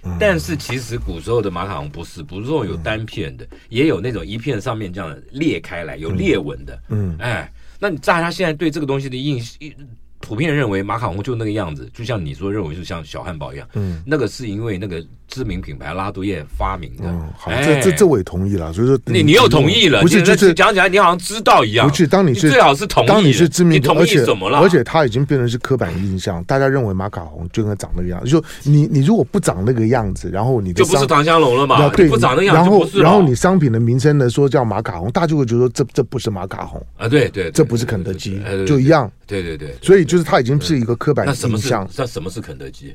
B: 嗯
C: 但是其实古时候的马卡龙不是，不是有单片的，也有那种一片上面这样裂开来有裂纹的。
B: 嗯嗯
C: 哎，那你大家现在对这个东西的印印普遍认为马卡龙就那个样子，就像你说认为就像小汉堡一样，
B: 嗯，
C: 那个是因为那个知名品牌拉杜叶发明的。
B: 嗯，好，
C: 哎
B: 这这这我也同意了，所以说
C: 你你又同意了，
B: 不是
C: 你这
B: 就是
C: 讲起来你好像知道一样。
B: 不是，当你是
C: 你最好是同意的
B: 当你是知名，
C: 你同意
B: 而且
C: 怎么了
B: 而且它已经变成是刻板印象，大家认为马卡龙就应该长那个样子。就你你如果不长那个样子，然后你的
C: 就不
B: 商
C: 是唐香龙了
B: 然
C: 嘛
B: 后？对，
C: 你不长那样
B: 然
C: 就
B: 后
C: 不是了
B: 然后你商品的名称呢说叫马卡龙，大家就会觉得说这这不是马卡龙，
C: 啊，对对，对
B: 这不是肯德基，就一。
C: 对对对对对对
B: 样。
C: 对对对，对
B: 所以就是它已经是一个刻板
C: 那什么
B: 印
C: 是
B: 象，
C: 那什么是肯德基？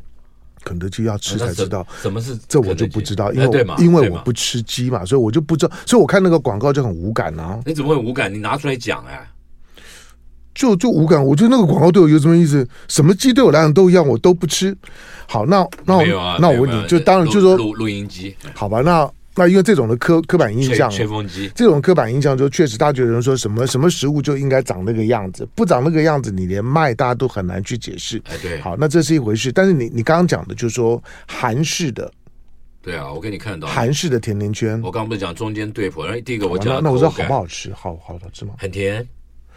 B: 肯德基要吃
C: 那
B: 才
C: 什
B: 知道。
C: 什么是
B: 这我就
C: 肯德基
B: 不知道，因
C: 哎
B: 为
C: 对
B: 我
C: 嘛
B: 因为
C: 对
B: 我
C: 嘛
B: 不吃鸡嘛，所以我就不知道，所以我看那个广告就很无感啊。
C: 你怎么会无感？你拿出来讲哎，
B: 就就无感，我觉得那个广告对我有什么意思？什么鸡对我来讲都一样，我都不吃。好，那那
C: 没有啊
B: 我，那我
C: 没有
B: 问
C: 没
B: 你，
C: 有
B: 就当然
C: 录
B: 就说
C: 录录音机、
B: 好吧，那那因为这种的刻刻板印
C: 吹
B: 象，
C: 吹风机，
B: 这种刻板印象就确实，大家觉得说什么什么食物就应该长那个样子，不长那个样子，你连卖大家都很难去解释。
C: 哎对，
B: 好，那这是一回事，但是你你刚刚讲的就是说韩式的
C: 对啊，我给你看到，
B: 韩式的甜甜圈，
C: 我刚刚不是讲中间对破，然后第一个我
B: 好
C: 讲
B: 那
C: 的
B: 那我说
C: 口
B: 好
C: 感
B: 不好吃？好好好吃吗？
C: 很甜，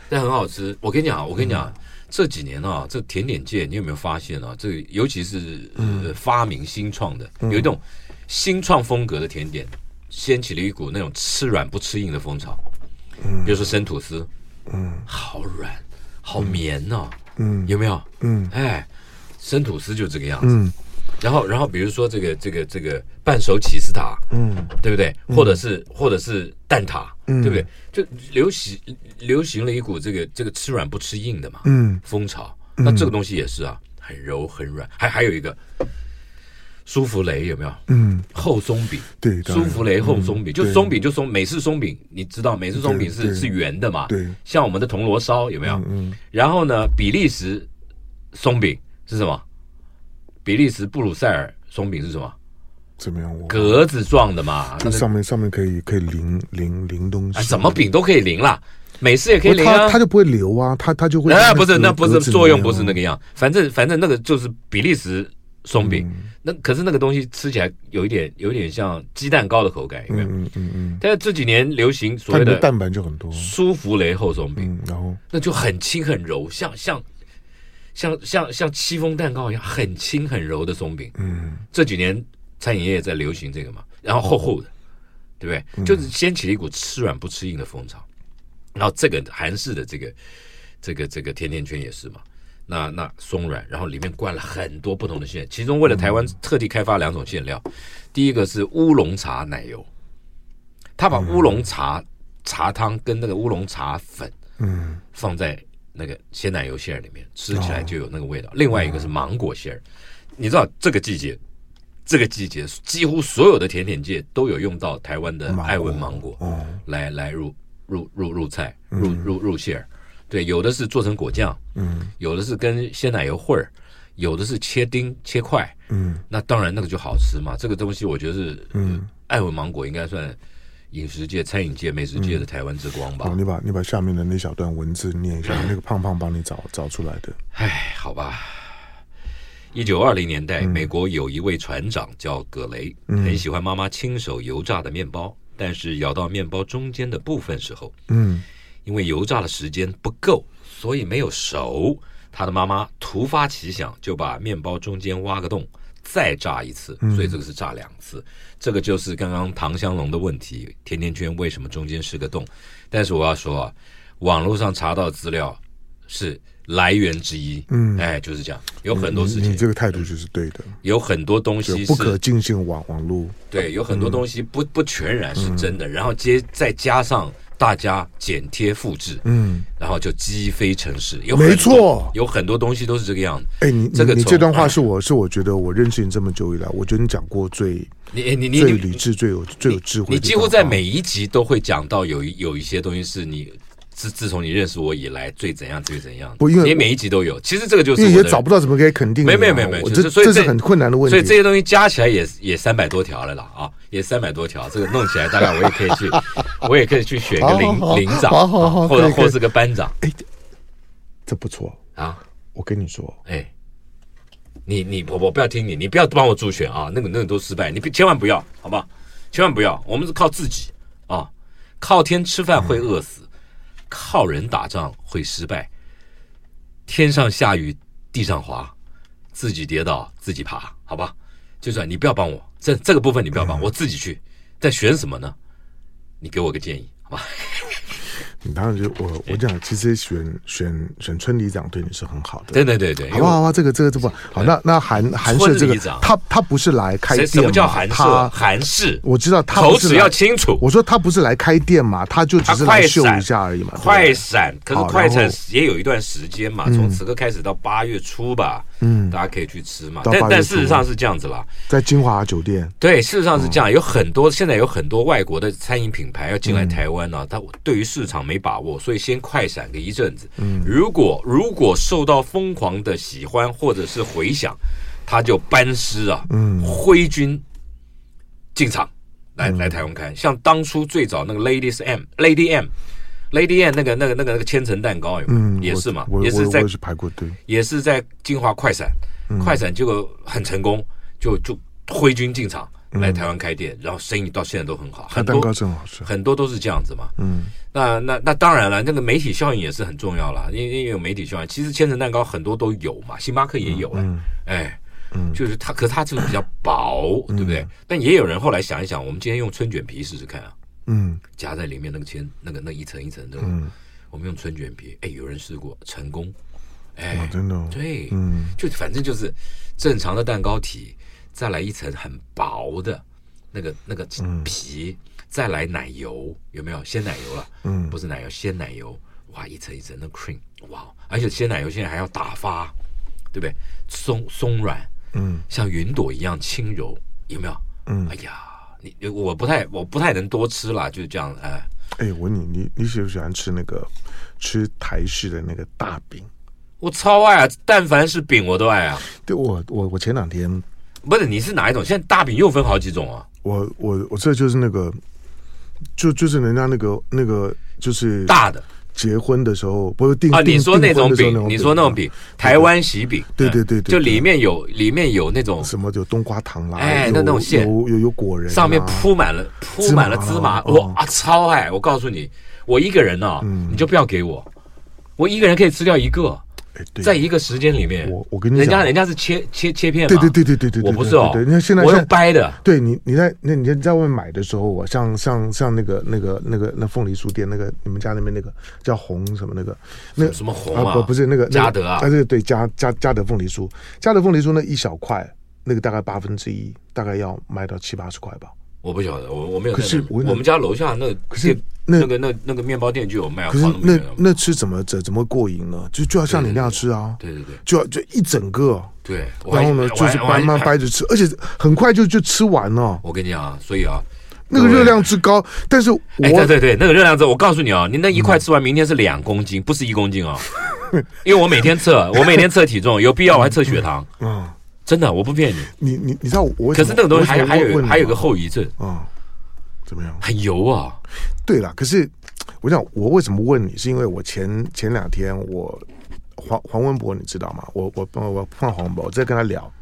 C: 但很好吃。我跟你讲，我跟你讲，这几年啊，这甜点界，你有没有发现啊？这个尤其是、呃、发明新创的，有一种新创风格的甜点，掀起了一股那种吃软不吃硬的风潮。比如说生吐司，嗯，好软，好绵哦，嗯，有没有？
B: 嗯，
C: 哎，生吐司就这个样子。然后，然后比如说这个这个这个半熟起司塔，
B: 嗯
C: 对不对？或者是或者是蛋挞，对不对？就流行流行了一股这个这个吃软不吃硬的嘛
B: 嗯
C: 风潮。那这个东西也是啊，很柔很软。还还有一个舒芙蕾有没有？
B: 嗯，
C: 厚松饼，
B: 对，当
C: 舒
B: 然
C: 芙蕾厚松饼，就
B: 对
C: 松饼就松美式松饼，你知道美式松饼
B: 对对
C: 是是圆的嘛？
B: 对，
C: 像我们的铜锣烧有没有？
B: 嗯
C: 然后呢，比利时松饼是什么？比利时布鲁塞尔松饼是什么？
B: 怎么样？我
C: 格子状的嘛，
B: 就
C: 那个
B: 上面上面可以可以淋淋淋东
C: 啊，
B: 西，
C: 什么饼都可以淋啦，美式也可以
B: 不是
C: 淋
B: 它
C: 啊
B: 它。就不会流啊，它它就会
C: 啊，不是，那不是作用，不是那
B: 个
C: 个样。反正反正那个就是比利时松饼，
B: 嗯
C: 那可是那个东西吃起来有一点有一点像鸡蛋糕的口感，有没有？
B: 嗯嗯嗯，
C: 但是这几年流行所
B: 它
C: 谓
B: 里面
C: 的
B: 蛋白就很多，
C: 舒芙蕾厚松饼，
B: 嗯，然后
C: 那就很轻很柔，像像像像像戚风蛋糕一样，很轻很柔的松饼。
B: 嗯
C: 这几年餐饮业在流行这个嘛，然后厚厚的，对不
B: 嗯
C: 对？就是掀起了一股吃软不吃硬的风潮。然后这个韩式的这个这个这个甜甜圈也是嘛，那那松软，然后里面灌了很多不同的馅，其中为了台湾特地开发两种馅料，第一个是乌龙茶奶油，他
B: 嗯
C: 把乌龙茶茶汤跟那个乌龙茶粉
B: 嗯哦
C: 放在那个鲜奶油馅儿里面，吃起来就有那个味道。另外一个是芒果馅儿，你知道这个季节，这个季节几乎所有的甜点界都有用到台湾的
B: 芒果
C: 爱文芒果
B: 哦
C: 来来入入入入菜入入入馅儿。对，有的是做成果酱，
B: 嗯
C: 有的是跟鲜奶油混儿，有的是切丁切块。
B: 嗯
C: 那当然那个就好吃嘛。这个东西我觉得是，
B: 嗯，
C: 爱文芒果应该算饮食界、餐饮界、美食界的台湾之光吧
B: 嗯好，。你把你把下面的那小段文字念一 下，那个胖胖帮你找找出来的，
C: 唉，好吧。一九二零年代，
B: 嗯
C: 美国有一位船长叫葛雷，很喜欢妈妈亲手油炸的面包，但是咬到面包中间的部分时候，
B: 嗯
C: 因为油炸的时间不够，所以没有熟。他的妈妈突发奇想，就把面包中间挖个洞，再炸一次，
B: 嗯
C: 所以这个是炸两次。这个就是刚刚唐香龙的问题，甜甜圈为什么中间是个洞？但是我要说啊，网络上查到资料是来源之一，
B: 嗯
C: 哎，就是这样，有很多
B: 你
C: 事
B: 你
C: 情，
B: 这个态度就是对的，
C: 有很多东
B: 就
C: 西
B: 不可
C: 是
B: 尽信网网络，嗯
C: 对，有很多东西不不全然是真的，然后接再加上大家剪贴复制，
B: 嗯，
C: 然后就鸡飞城市。有
B: 没
C: 很多
B: 错
C: 有很多东西都是这个样子。
B: 哎，你
C: 这个
B: 你你
C: 从
B: 这段话是我是我觉得我认识你这么久以来，我觉得你讲过最
C: 你你你
B: 最
C: 你
B: 理智、最有最有智慧的
C: 你
B: 一段话。
C: 几乎在每一集都会讲到有一有一些东西是你自自从你认识我以来最怎样最怎样的，
B: 不因为
C: 你每一集都有。其实这个就是
B: 因为
C: 我
B: 也
C: 的
B: 找不到怎么可以肯定你啊。
C: 没没没没
B: 我
C: 就是
B: 这
C: 所以
B: 这是
C: 这
B: 很困难的问
C: 所以这
B: 题。
C: 些东西加起来也也三百多条了啦啊，也三百多条，这个弄起来大概我也可以去， 我也可以去选个
B: 好好好
C: 领领长，
B: 好好好
C: 或
B: 可
C: 者
B: 以可以
C: 或是个班长
B: 这不错，
C: 啊，
B: 我跟你说，
C: 哎，你你我我不要听你，你不要帮我助选啊，那个那个都失败，你不千万不要，好不好？千万不要，我们是靠自己啊，靠天吃饭会饿
B: 嗯
C: 死，靠人打仗会失败，天上下雨地上滑，自己跌倒自己爬，好吧？就算你不要帮我，这这个部分你不要
B: 嗯
C: 帮我，我自己去。但选什么呢？你给我个建议，好吧？
B: 你当然就我我讲，其实选选选村里长对你是很好的。
C: 对对对对，因
B: 好
C: 为
B: 不好啊？这个这个这不好。
C: 哎
B: 那那韩韩社这
C: 村
B: 个
C: 里长，
B: 他他不是来开
C: 谁
B: 店
C: 什么叫
B: 嘛
C: 韩
B: 他
C: 式？韩式，
B: 我知道他不
C: 口
B: 是
C: 齿
B: 来
C: 要清楚。
B: 我说他不是来开店嘛，他就只
C: 他
B: 是
C: 快
B: 来秀
C: 闪
B: 一下而已嘛。对不对
C: 快闪，可是
B: 好
C: 快
B: 然
C: 闪
B: 后
C: 也有一段时间嘛，从此刻开始到八月初吧，
B: 嗯
C: 大家可以去吃嘛。
B: 到
C: 但
B: 8月
C: 但
B: 初
C: 事实上是这样子啦，
B: 在金华酒店，
C: 对，事实上
B: 嗯
C: 是这样，有很多现在有很多外国的餐饮品牌要进来台湾
B: 嗯
C: 呢、它对于市场没把握，所以先快闪个一阵子。嗯，如果如果受到疯狂的喜欢或者是回响，他就班师啊，嗯，挥军进场来
B: 嗯
C: 来台湾看。像当初最早那个 Ladies M Lady M Lady M 那个那个那个那个千层蛋糕有没有？
B: 嗯，
C: 也
B: 我
C: 是嘛，
B: 我
C: 也
B: 我
C: 是
B: 我嗯
C: 在
B: 也是排过队，
C: 也是在金华快闪，快闪结果很成功，就就挥军进场来台湾开店，然后生意到现在都很好，
B: 它
C: 很
B: 嗯蛋糕
C: 多
B: 真好吃。
C: 很多都是这样子嘛。
B: 嗯，
C: 那那那当然了，那个媒体效应也是很重要啦，因为因为有媒体效应，其实千层蛋糕很多都有嘛，星巴克也有哎、哎。就是它，可是它这个比较薄，对不对？但也有人后来想一想，我们今天用春卷皮试试看啊，
B: 嗯，
C: 夹在里面那个千那个那一层一层的，我们用春卷皮，哎，有人试过成功，哎，
B: 哦真的哦，
C: 对，
B: 嗯，
C: 就反正就是正常的蛋糕体，再来一层很薄的那个那个皮，再来奶油，有没有鲜奶油了？
B: 嗯
C: 不是奶油，鲜奶油，哇，一层一层的 cream，哇，而且鲜奶油现在还要打发，对不对？松松软，
B: 嗯
C: 像云朵一样轻柔，有没有？
B: 嗯
C: 哎呀，你我不太我不太能多吃啦，就是这样，哎，
B: 哎，我你你你喜不喜欢吃那个吃台式的那个大饼？
C: 我超爱啊，但凡是饼我都爱啊。
B: 对我我我前两天
C: 不是你是哪一种？现在大饼又分好几种啊，
B: 我我我这就是那个，就就是人家那个那个就是
C: 大的。
B: 结婚的时候不是订
C: 啊，
B: 订
C: 你说
B: 订
C: 那
B: 婚
C: 种
B: 的时候
C: 饼，你说那种饼，台湾喜饼，
B: 对对
C: 嗯
B: 对对
C: 就
B: 对
C: 里面有里面有那种
B: 啊什么有冬瓜糖啦，
C: 哎
B: 有
C: 那那种馅
B: 有有有果仁啊，
C: 上面铺满了铺满了芝麻，
B: 芝麻哦
C: 我啊超爱！我告诉你，我一个人呢，
B: 嗯
C: 你就不要给我，我一个人可以吃掉一个，
B: 哎对
C: 在一个时间里面，
B: 我我跟你
C: 人家
B: 讲
C: 人家是切切切片嘛，
B: 对对对对对对，对
C: 我不是哦，
B: 对，对对那现在
C: 我
B: 现
C: 用
B: 在
C: 掰的，
B: 对你，你在那你在外面买的时候啊，像像像那个那个那个那凤梨酥店那个你们家那边那个叫红什么那个那
C: 什么红
B: 啊
C: 啊
B: 不不是那个哎
C: 嘉德啊
B: 那个对对嘉嘉嘉德凤梨酥，嘉德凤梨酥那一小块，那个大概八分之一，大概要卖到七八十块吧。
C: 我不晓得，我我没有
B: 可
C: 在那
B: 是
C: 里买。
B: 我跟你
C: 我们家楼下那个
B: 可是
C: 店
B: 那
C: 那个那那个面包店就有卖，
B: 可
C: 花
B: 是
C: 那么
B: 那
C: 远啊了
B: 那吃怎么怎怎么过瘾呢？就就要像你那样吃啊，
C: 对对对
B: 就要就一整个，
C: 对，我还
B: 然后呢
C: 我还
B: 就是
C: 我还
B: 慢慢掰着吃，而且很快就就吃完了，
C: 我跟你讲啊，所以啊，
B: 那个
C: 各位
B: 热量之高。但是我
C: 哎，对对对，那个热量值，我告诉你啊，你那一块吃完，明天是两公斤，不是一公 斤哦。因为我每天测，我每天测体重，有必要我还测血糖，
B: 嗯，
C: 真的，我不骗你。
B: 你你你知道我为什
C: 可
B: 么
C: 是那个东西
B: 为
C: 还
B: 什么
C: 还有
B: 问你
C: 还有
B: 吗
C: 个后遗症，
B: 啊、怎么样？
C: 很油啊。
B: 对了，可是我想，我为什么问你？是因为我前前两天我黄黄文博，你知道吗？我我我我碰到黄文博，我在跟他聊，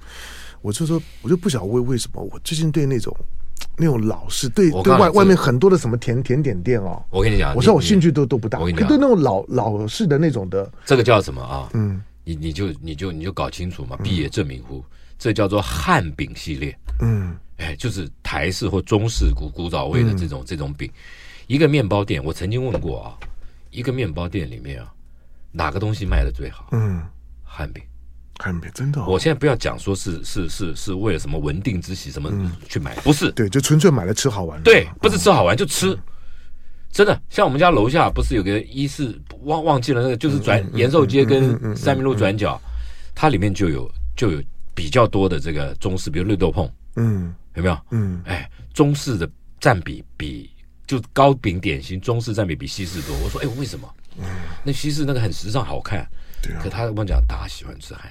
B: 我就说，我就不晓得为为什么我最近对那种那种老式对
C: 我
B: 对
C: 告诉
B: 外
C: 你这
B: 外面很多的什么甜甜点店哦，
C: 我跟你讲，
B: 我说我
C: 你
B: 兴趣都都不大，
C: 我
B: 可
C: 跟你讲
B: 对那种老老式的那种的，
C: 这个叫什么啊？
B: 嗯
C: 你你就你就你就搞清楚嘛，毕业证明乎，这叫做汉饼系列。
B: 嗯
C: 哎，就是台式或中式古古早味的这种、这种饼。一个面包店，我曾经问过啊，一个面包店里面啊，哪个东西卖的最好？
B: 嗯，
C: 汉饼。
B: 还没真的、哦，
C: 我现在不要讲说是是是是为了什么文定
B: 嗯
C: 之喜什么去买，不是，
B: 对，就纯粹买来吃好玩的，哦嗯
C: 对，不是吃好玩就吃。真的，像我们家楼下不是有个一四忘忘记了那个，就是转
B: 嗯
C: 延寿街跟三民路转角，它里面就有就有比较多的这个中式，比如绿豆碰，
B: 嗯
C: 有没有？
B: 嗯，
C: 哎，中式的占比比就糕饼点心中式占比比西式多。我说，哎，为什么？那西式那个很时尚好看，
B: 嗯对啊
C: 可，他跟我讲，大家喜欢吃汉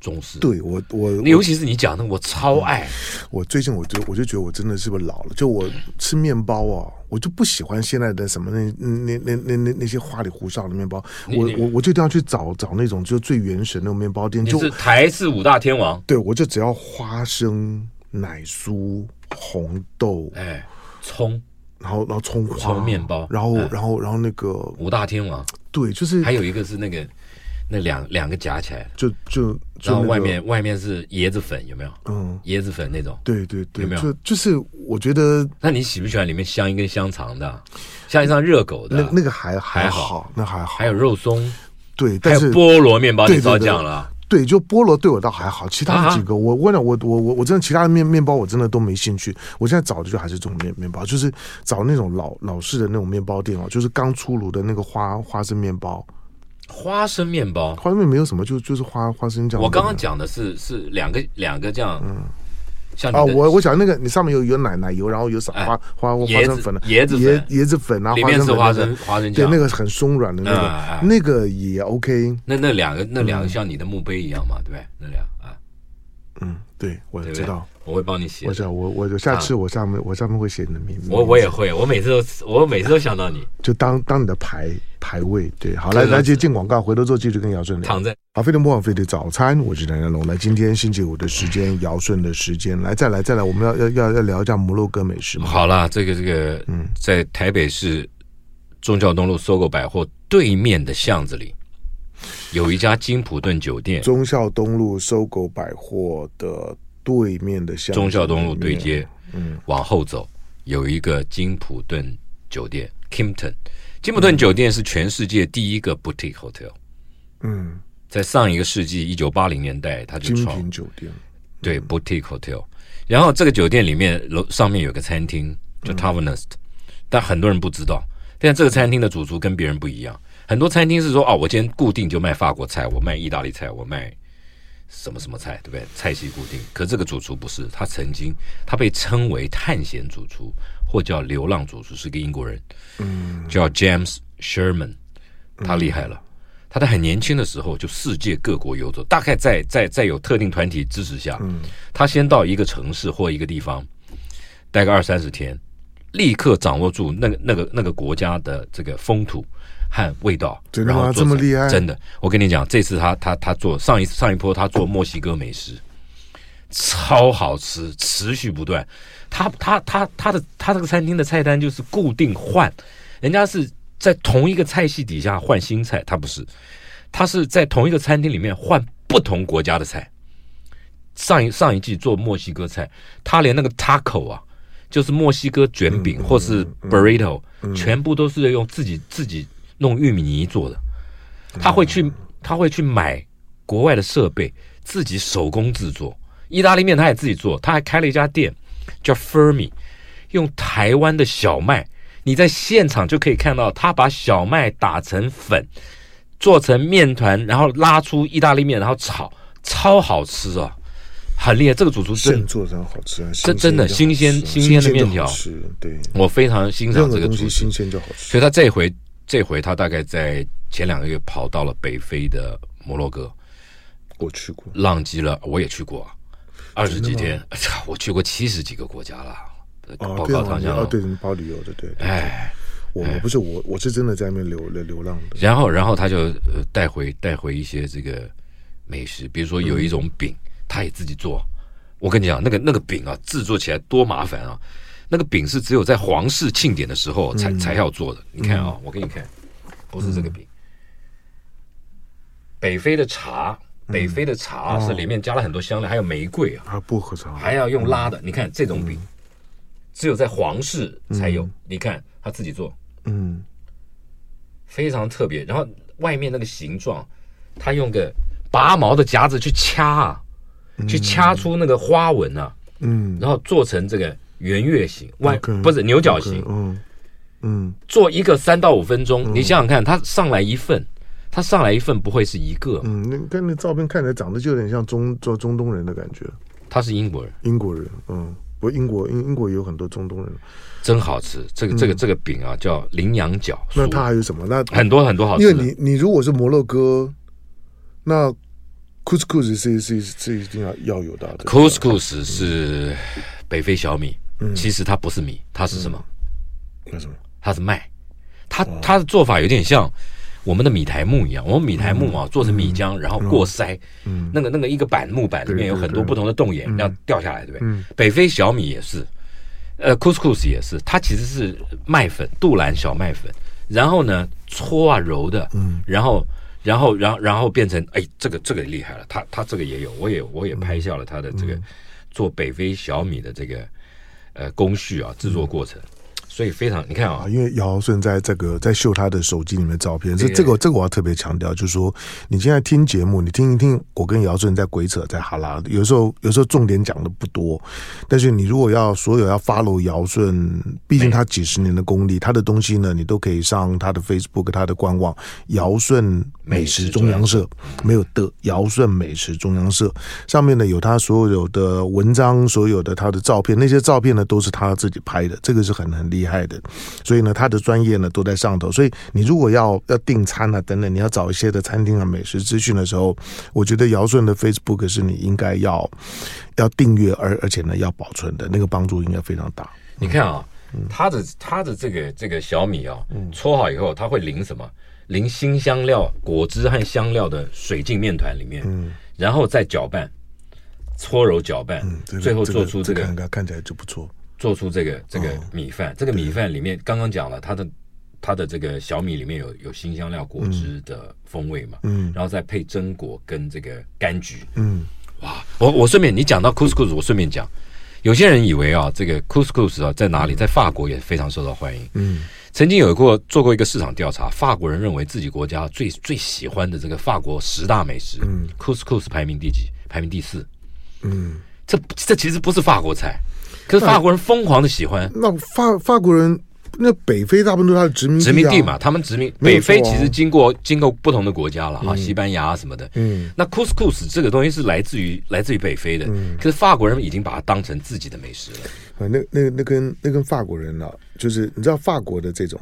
C: 中式，
B: 对我我我
C: 尤其是你讲的，我超爱。
B: 我最近我就我就觉得我真的是不是老了？就我吃面包啊，我就不喜欢现在的什么那那那那那那些花里胡哨的面包，我
C: 你
B: 我我就一定要去找找那种就最原始的那种面包店，
C: 你
B: 就是
C: 台式五大 天王，
B: 对我就只要花生、奶酥、红豆，
C: 哎，葱
B: 然后然后葱花、
C: 葱面包
B: 然后
C: 嗯
B: 然后然后那个
C: 五大天王，
B: 对，就是
C: 还有一个是那个那两两个夹起来的，
B: 就就就
C: 然后
B: 那个
C: 外面外面是椰子粉，有没有？
B: 嗯。
C: 椰子粉那种。
B: 对对对，
C: 有没有
B: 就就是我觉得
C: 那你喜不喜欢里面镶一根香肠的，镶一张热狗
B: 那
C: 的，
B: 那个还
C: 嗯还好
B: 好，那还好，
C: 还有肉松，
B: 对，
C: 还
B: 但
C: 有
B: 是
C: 菠萝面包，
B: 对
C: 你早
B: 对对
C: 讲了。
B: 对，就菠萝对我倒还好，其他
C: 啊
B: 的几个、我我讲我我我我真的其他的面面包我真的都没兴趣。我现在找的就还是这种面面包，就是找那种老老式的那种面包店哦，就是刚出炉的那个花花生面包，
C: 花生面包，
B: 花生面没有什么，就就是花花生酱。
C: 我刚刚讲的是是两个两个这样，
B: 嗯
C: 像
B: 啊，
C: 你的
B: 我我想那个你上面有有奶奶油，然后有撒
C: 哎
B: 花花花
C: 椰
B: 生
C: 子
B: 粉的
C: 椰子
B: 椰
C: 粉
B: 椰子粉啊，
C: 里面是花
B: 花生粉
C: 生
B: 那个
C: 花生
B: 对
C: 酱，
B: 那个很松软的那
C: 嗯哎
B: 个，那个也 OK。
C: 那那两个那两个像你的墓碑一样嘛，对不对？那俩啊，
B: 嗯，对，我
C: 对不
B: 知
C: 对
B: 道，？
C: 我会帮你写
B: 我
C: 的。
B: 知道，我我我下次我上面我上面会写你的名字。
C: 我我也会，我每次都我每次都想到你
B: 就当当你的排排位，对，好，
C: 对
B: 来
C: 对
B: 来接进广告，回头之后继续跟姚顺聊。
C: 躺在
B: 好，飞碟模仿飞碟早餐，我是梁家龙。来，今天星期五的时间，姚顺的时间，来再来再来，我们要要要要聊一下摩洛哥美食嘛？
C: 嗯好啦，这个这个，
B: 嗯
C: 在台北市中教东路搜狗百货对面的巷子里，有一家金普顿 酒店，
B: 忠孝东路搜狗百货的对面的巷，
C: 忠孝东路对，接，
B: 嗯，
C: 往后走有一个金普顿酒店 （Kimpton）。金普顿酒店是全世界第一个 boutique hotel，
B: 嗯，
C: 在上一个世纪一九八零年代，它就
B: 精
C: 创
B: 品酒店，
C: 对 boutique hotel。然后这个酒店里面楼上面有个餐厅叫 Tavernist，、但很多人不知道。但这个餐厅的主厨跟别人不一样，很多餐厅是说哦，我今天固定就卖法国菜，我卖意大利菜，我卖什么什么菜，对不对？菜系固定。可这个主厨不是，他曾经他被称为探险主厨，或叫流浪主厨，是个英国人，嗯，叫 James Sherman，他厉害了。他在很年轻的时候就世界各国游走，大概在在在有特定团体支持下，他先到一个城市或一个地方待个二三十天，立刻掌握住那个那个那个国家的这个风土和味道，
B: 真的吗
C: 然后做成
B: 这么厉害
C: 真的，我跟你讲，这次他他他做上一上一波他做墨西哥美食，超好吃，持续不断。他他他他的他这个餐厅的菜单就是固定换，人家是在同一个菜系底下换新菜，他不是，他是在同一个餐厅里面换不同国家的菜。上一上一季做墨西哥菜，他连那个 taco 啊，就是墨西哥卷
B: 嗯
C: 饼或是 burrito，、全部都是用自己自己弄玉米泥做的。他会
B: 嗯
C: 去他会去买国外的设备，自己手工制作。意大利面他也自己做，他还开了一家店叫 Fermi，用台湾的小麦，你在现场就可以看到他把小麦打成粉，做成面团，然后拉出意大利面，然后炒，超好吃啊，很厉害。这个主厨真
B: 现，做的好吃啊，
C: 这真的
B: 新鲜就好吃
C: 新鲜新鲜的面条
B: 新鲜就好吃对，
C: 我非常欣赏
B: 任
C: 这
B: 何
C: 个
B: 东西
C: 主厨
B: 新。鲜就好吃。
C: 所以他这回这回他大概在前两个月跑到了北非的摩洛哥，
B: 我去过，
C: 浪迹了，我也去过啊，二十几天，哎呀 我去过七十几个国家了。
B: 哦
C: 报，
B: 对
C: 告
B: 啊，
C: 唐
B: 你
C: 江
B: 哦，
C: 龙，
B: 对，你包旅游的，对，对
C: 哎，
B: 我我不是我我是真的在那边流流流浪的，
C: 然后然后他就呃带回带回一些这个美食，比如说有一种饼，他也自己做。我跟你讲，那个那个饼啊，制作起来多麻烦啊！那个饼是只有在皇室庆典的时候才、才要做的。你看啊、我给你看，不是这个饼。北非的茶，北非的茶是里面加了很多香料，还有玫瑰啊。
B: 啊，薄荷茶，
C: 还要用拉的。你看这种饼，只有在皇室才有。你看他自己做，
B: 嗯。
C: 非常特别。然后外面那个形状，他用个拔毛的夹子去掐啊，去掐出那个花纹啊，
B: 嗯
C: 然后做成这个圆月形、弯
B: OK，嗯
C: 不是牛角形
B: OK，嗯嗯，
C: 做一个三到五分钟，你想想看，它上来一份，它上来一份不会是一个，
B: 嗯，那跟那照片看起来长得就有点像中中中东人的感觉，
C: 它是英国人，
B: 英国人，嗯，不，英国英英国也有很多中东人。
C: 真好吃。这个这个这个饼啊，叫羚羊角酥，
B: 嗯那它还有什么？那
C: 很多很多好
B: 因
C: 吃
B: 为
C: 的。
B: 你你如果是摩洛哥，那 couscous 是是是一定要要有的啊。对
C: Couscous 是北非小米，
B: 嗯
C: 其实它不是米，它是什么？
B: 那什么？
C: 它是麦，它它的做法有点像我们的米苔木一样，我们米苔木啊做成米浆，然后过筛，那个那个一个板木板里面有很多不同的洞眼，那样掉下来，对不对？北非小米也是，呃，couscous 也是，它其实是麦粉，杜兰小麦粉，然后呢搓啊揉的，然后。然后，然后，然后变成，哎，这个这个厉害了，它它这个也有，我也我也拍下了它的这个做北非小米的这个呃工序啊，制作过程，所以非常，你看啊
B: 啊，，因为姚顺在这个在秀他的手机里面的照片，这
C: 对
B: 这个这个我要特别强调，就是说你现在听节目，你听一听我跟姚顺在鬼扯在哈拉，有时候有时候重点讲的不多，但是你如果要所有要 follow 姚顺，毕竟他几十年的功力，他的东西呢，你都可以上他的 Facebook、他的官网姚顺美食中央社，没有的姚顺美食中央社上面呢有他所有的文章，所有的他的照片，那些照片呢都是他自己拍的，这个是很很厉害的。所以呢，他的专业呢都在上头。所以你如果要要订餐啊等等，你要找一些的餐厅啊美食资讯的时候，我觉得姚顺的 Facebook 是你应该要要订阅，而而且呢要保存的，那个帮助应该非常大。
C: 你看啊，它的它的这个这个小米啊，搓好以后，它会淋什么？淋新香料、果汁和香料的水浸面团里面，然后再搅拌、搓揉搅拌，
B: 嗯这个
C: 最后
B: 这
C: 做出这个、
B: 看看看起来就不错。
C: 做出这个这个米饭。这个米饭里面刚刚讲了，它的它的这个小米里面有有新香料、果汁的风味嘛，
B: 嗯
C: 然后再配榛果跟这个柑橘，
B: 嗯，
C: 哇，我我顺便你讲到 couscous，我顺便讲，有些人以为啊，这个 couscous 啊在哪里，在法国也非常受到欢迎。
B: 嗯，
C: 曾经有过做过一个市场调查，法国人认为自己国家最最喜欢的这个法国十大美食，嗯，couscous 排名第几？排名第四。
B: 嗯，
C: 这这其实不是法国菜，可是法国人疯狂的喜欢。
B: 那法法国人那北非大部分都是他的殖民
C: 殖民
B: 啊
C: 地嘛，，他们殖民
B: 没有
C: 北非
B: 错啊
C: 其实经过经过不同的国家了哈，西班牙什么的。
B: 嗯，
C: 那 couscous 这个东西是来自于来自于北非的，可是法国人已经把它当成自己的美食了。
B: 啊，那那那跟那跟法国人呢、就是你知道法国的这种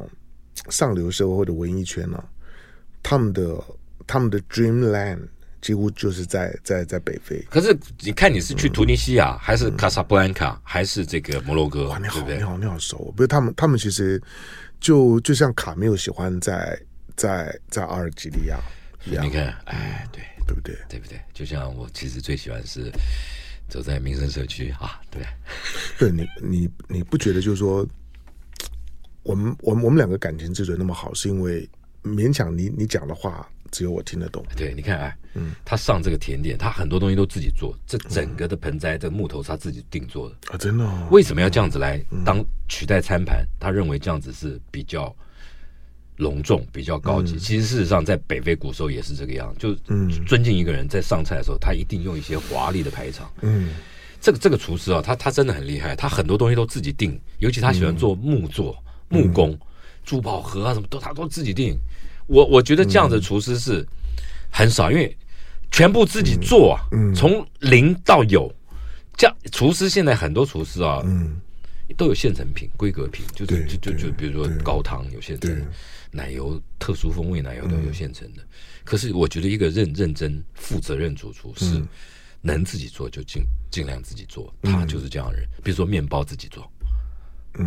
B: 上流社会或者文艺圈呢、他们的他们的 dreamland 几乎就是在在在北非。
C: 可是你看你是去突尼西亚，还是卡萨布兰卡，还是这个摩洛哥
B: 嗯哇，，你
C: 对
B: 好，
C: 不
B: 你
C: 对？
B: 好，你好熟哦。不是他们，他们其实就就像卡缪喜欢在在在阿尔及利亚一样
C: 你，看，哎，对
B: 对不对？
C: 对不对？就像我其实最喜欢是走在民生社区啊，对不对，
B: 对你，你你不觉得就是说，我们我们我们两个感情之所以那么好，是因为勉强你你讲的话只有我听得懂。
C: 对，你看，哎，
B: 嗯
C: 他上这个甜点，他很多东西都自己做，这整个的盆栽的木头是他自己定做的。
B: 啊，真的、哦，
C: 为什么要这样子来当取代餐盘？他认为这样子是比较隆重、比较高级。其实事实上，在北非古时候也是这个样，就尊敬一个人在上菜的时候，他一定用一些华丽的排场。
B: 嗯。
C: 这个这个厨师啊，他他真的很厉害，他很多东西都自己定，尤其他喜欢做木作、木工、珠宝盒啊，什么都他都自己定。我我觉得这样子的厨师是很少，因为全部自己做啊，从零到有。这样厨师现在很多厨师啊，
B: 嗯，
C: 都有现成品、规格品，就
B: 对
C: 是就就
B: 对
C: 就比如说
B: 对
C: 高汤有现成
B: 对，嗯
C: 奶油特殊风味奶油都有现成的。可是我觉得一个认认真、负责任主厨是
B: 嗯
C: 能自己做就尽尽量自己做，他就是这样的人。比如说面包自己做，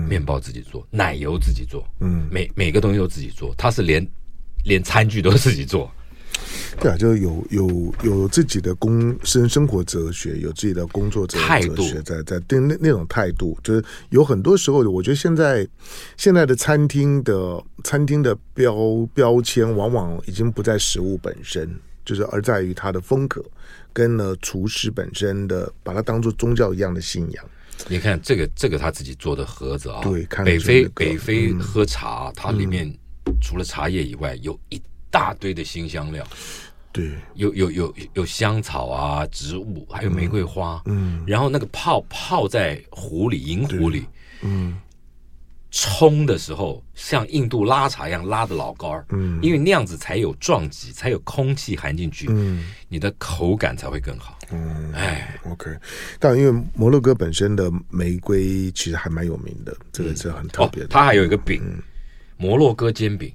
C: 面包自己做，奶油自己做，
B: 嗯
C: 每每个东西都自己做，他是连连餐具都自己做。
B: 对啊，就有有有自己的工生生活哲学，有自己的工作哲
C: 态
B: 哲
C: 度
B: 学在在对那那种态度，就是有很多时候，我觉得现在现在的餐厅的餐厅的标标签，往往已经不在食物本身，就是而在于它的风格，跟呢厨师本身的，把它当做宗教一样的信仰。
C: 你看这个这个他自己做的盒子啊，
B: 对看着
C: 北
B: 就
C: 非
B: 那个嗯
C: 北非喝茶、它里面除了茶叶以外，有一大堆的新香料，
B: 对，
C: 有有有有香草啊、植物，还有玫瑰花，
B: 嗯
C: 然后那个泡泡在壶里银壶里，嗯，冲的时候像印度拉茶一样拉的老高儿，嗯，因为那样子才有撞击，才有空气含进去，嗯，你的口感才会更好，嗯，哎，
B: OK，但因为摩洛哥本身的玫瑰其实还蛮有名的，这个是很特
C: 哦
B: 别，的。嗯
C: 它还有一个饼，摩洛哥煎饼。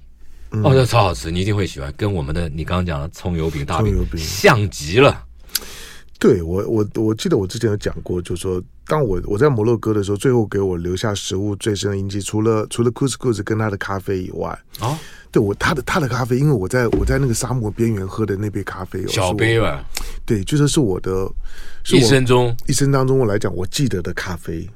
C: 哦，这超好吃，你一定会喜欢，跟我们的你刚刚讲的葱油饼、大
B: 葱油
C: 饼
B: 饼
C: 像极了。
B: 对我，我我记得我之前有讲过，就说当我我在摩洛哥的时候，最后给我留下食物最深的印记，除了除了 couscous 跟他的咖啡以外，
C: 哦，
B: 对我他的他的咖啡，因为我在我在那个沙漠边缘喝的那杯咖啡，哦
C: 小杯，吧，
B: 是我对，就说是我的是
C: 一
B: 我
C: 生啊中
B: 一生当中我来讲，我记得的咖啡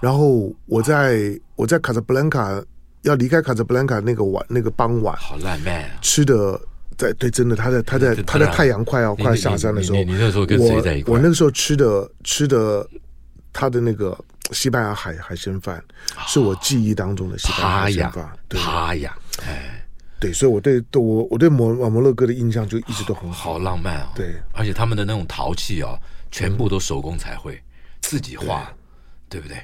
B: 然后我在我在卡萨布兰卡要离开卡萨布兰卡那个晚那个傍晚，
C: 好烂漫啊！
B: 吃的在对，真的，他在他在
C: 真的
B: 他在太阳快要
C: 啊你
B: 快要下山的时候，
C: 你你你你那时候跟谁在一块
B: 我我那个时候吃的吃的他的那个西班牙海海鲜饭，是我记忆当中的西班牙
C: 趴
B: 海鲜
C: 啊呀
B: 饭。对
C: 趴呀，哎，
B: 对，所以我对对我我对摩摩洛哥的印象就一直都很好。
C: 好浪漫哦。
B: 对，
C: 而且他们的那种陶器哦，全部都手工彩绘，
B: 嗯
C: 自己画，对不对？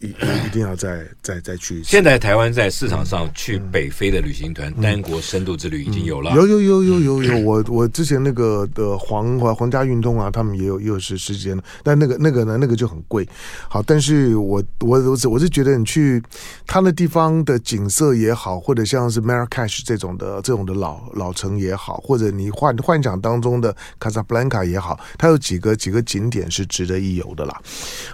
B: 一一一定要再再再去一次。
C: 现在台湾在市
B: 嗯
C: 场上去北非的旅行团单国深度之旅已经有了，
B: 嗯有有有有有有，我我之前那个的皇皇皇家运动啊，他们也有也有是时间的，但那个那个呢，那个就很贵。好，但是我我我是我是觉得你去他那地方的景色也好，或者像是 Marrakesh 这种的这种的老老城也好，或者你幻幻想当中的 Casablanca 也好，它有几个几个景点是值得一游的啦。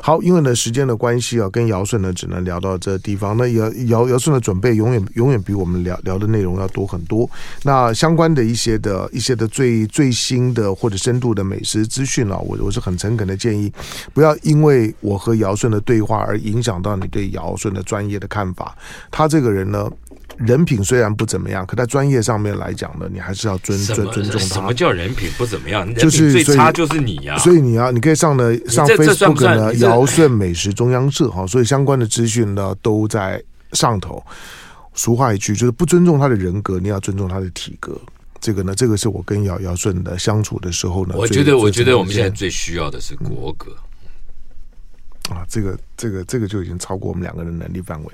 B: 好，因为呢时间的关系啊，跟尧舜呢只能聊到这地方。那尧尧尧舜的准备永远永远比我们聊聊的内容要多很多。那相关的一些的一些的最最新的或者深度的美食资讯啊，我我是很诚恳的建议，不要因为我和尧舜的对话而影响到你对尧舜的专业的看法。他这个人呢。人品虽然不怎么样，可在专业上面来讲呢，你还是要尊
C: 什
B: 尊
C: 么
B: 尊重
C: 什
B: 他
C: 么。叫人品不怎么样？人
B: 就是
C: 品最
B: 所以
C: 差就是你呀、
B: 所以你要，你可以上呢上
C: 这这算不
B: Facebook
C: 算
B: 呢
C: 你这
B: 尧舜美食中央社哈，所以相关的资讯呢都在上头。俗话一句，就是不尊重他的人格，你要尊重他的体格。这个呢，这个是我跟尧尧舜的相处的时候呢，
C: 我
B: 最
C: 觉得，我
B: 最
C: 觉得我们
B: 重要
C: 现
B: 的
C: 在最需要的是国格。
B: 啊，这个这个这个就已经超过我们两个人的能力范围。